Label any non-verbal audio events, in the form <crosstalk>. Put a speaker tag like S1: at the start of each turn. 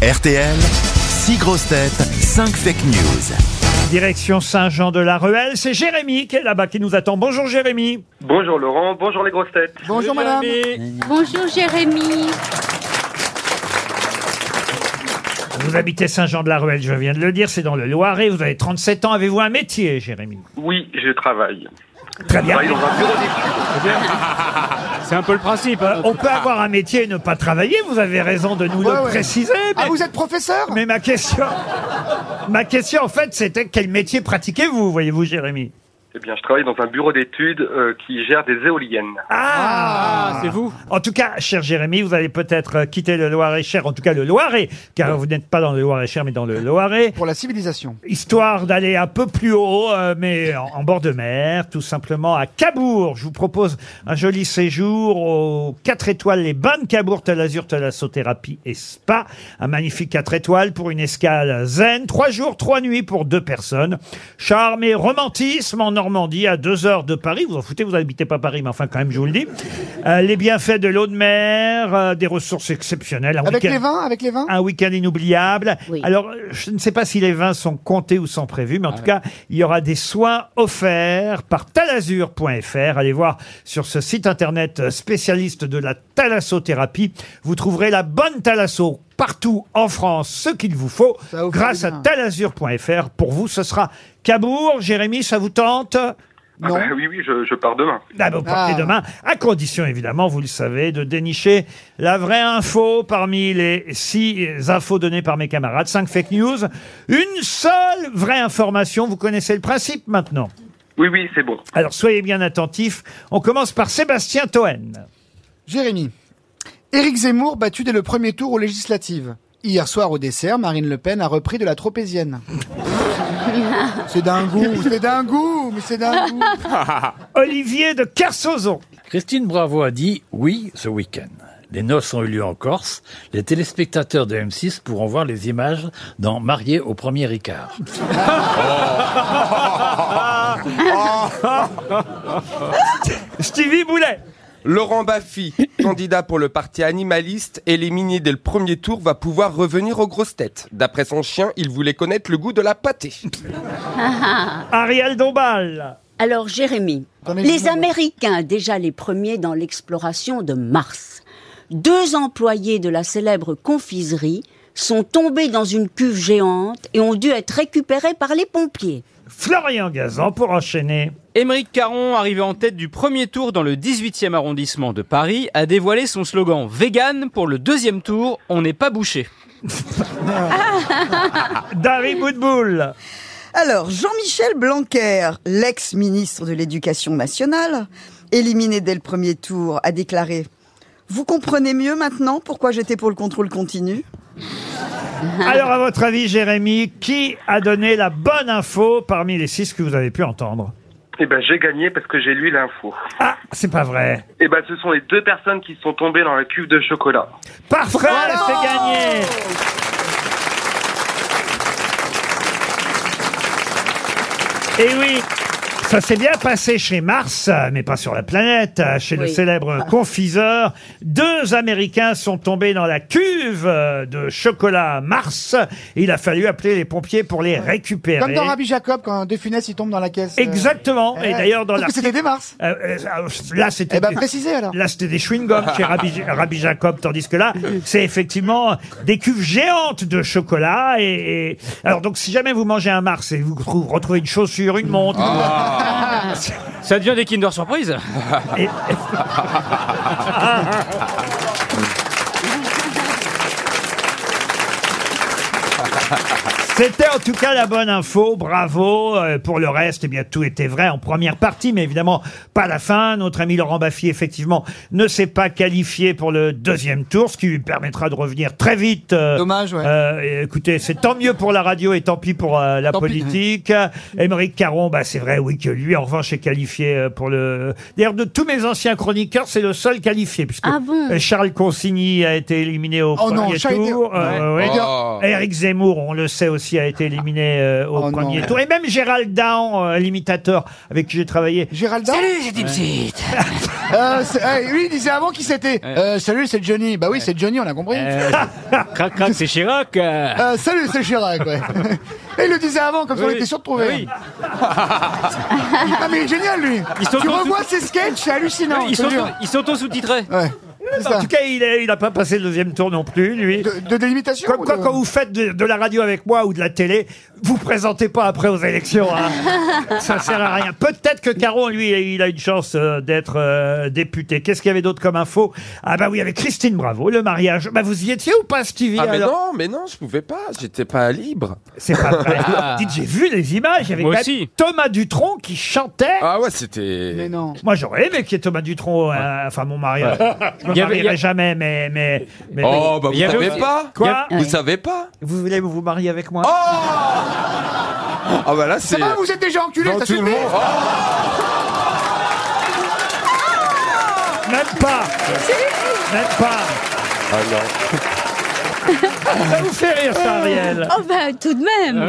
S1: RTL, 6 grosses têtes, 5 fake news.
S2: Direction Saint-Jean-de-la-Ruelle, c'est Jérémy qui est là-bas qui nous attend. Bonjour Jérémy.
S3: Bonjour Laurent, bonjour les grosses têtes.
S4: Bonjour madame.
S5: Bonjour Jérémy.
S2: Vous habitez Saint-Jean-de-la-Ruelle, je viens de le dire, c'est dans le Loiret. Vous avez 37 ans, avez-vous un métier, Jérémy
S3: Oui, je travaille.
S2: Très
S3: Je
S2: bien.
S3: travaille dans un bureau d'études.
S6: C'est un peu le principe. hein.
S2: Euh, on peut avoir un métier et ne pas travailler, vous avez raison de nous
S4: Ouais,
S2: le
S4: ouais.
S2: préciser. Mais,
S4: Ah, vous êtes professeur
S2: mais ma question, ma question en fait, c'était quel métier pratiquez-vous, voyez-vous, Jérémy
S3: Eh bien, je travaille dans un bureau d'études euh, qui gère des éoliennes. Ah,
S6: Ah, c'est vous
S2: En tout cas, cher Jérémy, vous allez peut-être euh, quitter le Loir-et-Cher, en tout cas le Loiret, car vous n'êtes pas dans le Loir-et-Cher, mais dans le Loiret,
S4: Pour la civilisation.
S2: histoire d'aller un peu plus haut, euh, mais en, en bord de mer, tout simplement à Cabourg. Je vous propose un joli séjour aux 4 étoiles, les bains de Cabourg, Talazur, Thalassothérapie et Spa. Un magnifique 4 étoiles pour une escale zen. 3 jours, 3 nuits pour deux personnes. Charme et romantisme en Normandie, à 2 heures de Paris. Vous en foutez, vous habitez pas Paris, mais enfin quand même, je vous le dis. Euh, les bienfaits de l'eau de mer, euh, des ressources exceptionnelles. un
S4: Avec
S2: week-end-
S4: les vins Avec les vins
S2: un week-end inoubliable.
S5: Oui.
S2: Alors, je ne sais pas si les vins sont comptés ou sont prévus, mais
S4: Ah
S2: en tout cas, il y aura des soins offerts par talazur.fr. Allez voir sur ce site internet spécialiste de la thalassothérapie. Vous trouverez la bonne thalasso partout en France, ce qu'il vous faut,
S4: Ça vous fait
S2: grâce
S4: du
S2: à
S4: bien.
S2: talazur.fr. Pour vous, ce sera Cabourg. Jérémy, ça vous tente
S3: Ah
S4: Non.
S3: bah oui, oui, je, je pars demain.
S2: ah, bah, vous partez
S4: Ah.
S2: demain, à condition évidemment, vous le savez, de dénicher la vraie info parmi les six infos données par mes camarades, cinq fake news, une seule vraie information, vous connaissez le principe maintenant.
S3: Oui, oui, c'est bon.
S2: Alors soyez bien attentifs, on commence par Sébastien Toen.
S4: Jérémy. Éric Zemmour battu dès le premier tour aux législatives. Hier soir au dessert, Marine Le Pen a repris de la tropézienne. c'est d'un goût, c'est d'un goût, mais c'est d'un goût.
S2: Olivier de Kersozon.
S7: Christine Bravo a dit oui ce week-end. Les noces ont eu lieu en Corse. Les téléspectateurs de M6 pourront voir les images dans Marié au premier Ricard.
S2: Stevie Boulet.
S8: Laurent Baffy, <coughs> candidat pour le parti animaliste, éliminé dès le premier tour, va pouvoir revenir aux grosses têtes. D'après son chien, il voulait connaître le goût de la pâtée.
S2: Ariel Dombal.
S5: Alors Jérémy,
S4: Attendez, je
S5: les
S4: vous-
S5: Américains, déjà les premiers dans l'exploration de Mars, deux employés de la célèbre confiserie sont tombés dans une cuve géante et ont dû être récupérés par les pompiers.
S2: Florian Gazan pour enchaîner.
S6: Émeric Caron, arrivé en tête du premier tour dans le 18e arrondissement de Paris, a dévoilé son slogan Vegan pour le deuxième tour, on n'est pas bouché.
S2: Dari Boudboul.
S9: Alors, Jean-Michel Blanquer, l'ex-ministre de l'Éducation nationale, éliminé dès le premier tour, a déclaré Vous comprenez mieux maintenant pourquoi j'étais pour le contrôle continu
S2: Alors à votre avis, Jérémy, qui a donné la bonne info parmi les six que vous avez pu entendre
S3: <laughs> Eh ben, j'ai gagné parce que j'ai lu l'info.
S2: Ah, c'est pas vrai.
S3: Eh ben, ce sont les deux personnes qui sont tombées dans la cuve de chocolat.
S2: Parfait, c'est gagné. Et oui. Ça s'est bien passé chez Mars, euh, mais pas sur la planète, euh, chez le
S5: Oui.
S2: célèbre confiseur. Deux Américains sont tombés dans la cuve euh, de chocolat Mars. Il a fallu appeler les pompiers pour les récupérer.
S4: Comme dans Rabbi Jacob, quand De Funès, il tombe dans la caisse. euh,
S2: Exactement. Et
S4: ouais.
S2: d'ailleurs, dans
S4: Parce
S2: la...
S4: que c'était des Mars.
S2: Euh, euh, là, c'était...
S4: Eh ben, précisez alors.
S2: Là, c'était des chewing-gums chez Rabbi, Rabbi Jacob, tandis que là, c'est effectivement des cuves géantes de chocolat. Et, et- alors, donc, si jamais vous mangez un Mars et vous trou- retrouvez une chaussure, une montre,
S6: Ça devient des Kinder Surprise
S2: et- C'était en tout cas la bonne info, bravo. Euh, pour le reste, eh bien tout était vrai en première partie, mais évidemment pas la fin. Notre ami Laurent Baffy, effectivement, ne s'est pas qualifié pour le deuxième tour, ce qui lui permettra de revenir très vite. euh,
S4: Dommage, ouais.
S2: euh, et écoutez, c'est tant mieux pour la radio et tant pis pour euh, la
S4: Tant pis,
S2: politique. Émeric Caron, bah c'est vrai, oui que lui en revanche est qualifié euh, pour le. D'ailleurs, de tous mes anciens chroniqueurs, c'est le seul qualifié puisque
S5: Ah bon
S2: euh, Charles Consigny a été éliminé au
S4: Oh non,
S2: premier
S4: Charles était-
S2: tour. Euh, ouais.
S8: Oh.
S2: Eric Zemmour on le sait aussi, a été éliminé euh, au
S4: Ah, Oh non.
S2: premier tour. Et même Gérald Daon, euh, l'imitateur avec qui j'ai travaillé.
S4: Gérald Darmon Euh, c'est- ah, lui, il disait avant qui c'était. Euh, salut, c'est Johnny. Bah oui, c'est Johnny, on a compris.
S2: Euh.
S6: Crac, crac, c'est Chirac. euh.
S4: Euh, salut, c'est Chirac,
S6: <laughs>
S4: ouais. Et il le disait avant, comme ça on
S6: Oui.
S4: était sûr de trouver.
S6: Oui.
S4: Ah, mais il est génial, lui.
S6: Ils sont
S4: tu
S6: tous-
S4: revois ses sketchs, Ah c'est hallucinant.
S6: Ils
S4: je te
S6: sont-
S4: jure.
S6: ils s'auto-sous-titraient.
S4: Ouais. C'est
S2: En
S4: ça.
S2: tout cas, il n'a il a pas passé le deuxième tour non plus, lui.
S4: De, de délimitation
S2: Comme
S4: ou
S2: quoi,
S4: de-
S2: quand vous faites de, de la radio avec moi ou de la télé, vous présentez pas après aux élections.
S4: <laughs>
S2: hein. Ça sert à rien. Peut-être que Caron, lui, il a une chance euh, d'être euh, député. Qu'est-ce qu'il y avait d'autre comme info Ah bah oui, avec Christine Bravo, le mariage. Bah vous y étiez ou pas, Stevie
S8: Ah mais
S2: alors
S8: non, mais non, je pouvais pas, j'étais pas libre.
S2: C'est pas vrai.
S8: <laughs>
S2: Dites, j'ai vu les images. Il y avait
S6: Moi
S2: même
S6: aussi.
S2: Thomas Dutronc qui chantait.
S8: Ah ouais, c'était...
S4: Mais non.
S2: Moi, j'aurais aimé qu'il y ait Thomas Dutronc, euh, enfin mon mariage. Je me
S6: Il y avait-
S2: marierai
S6: il y a-
S2: jamais, mais... mais, mais
S8: Oh, bah vous
S6: Il y avait
S8: savez
S6: aussi-
S8: pas
S2: Quoi
S8: Vous savez pas
S2: Vous voulez vous marier avec moi
S8: Oh Ah bah là, c'est...
S4: Ça va, vous êtes déjà enculé,
S8: Dans
S4: ça
S8: tout
S4: suffit.
S8: le monde.
S2: Même pas Même pas
S8: Ah non.
S2: <laughs>
S5: Oh, ben,
S2: Ça vous fait rire, ça, Ariel
S10: Oh bah tout de même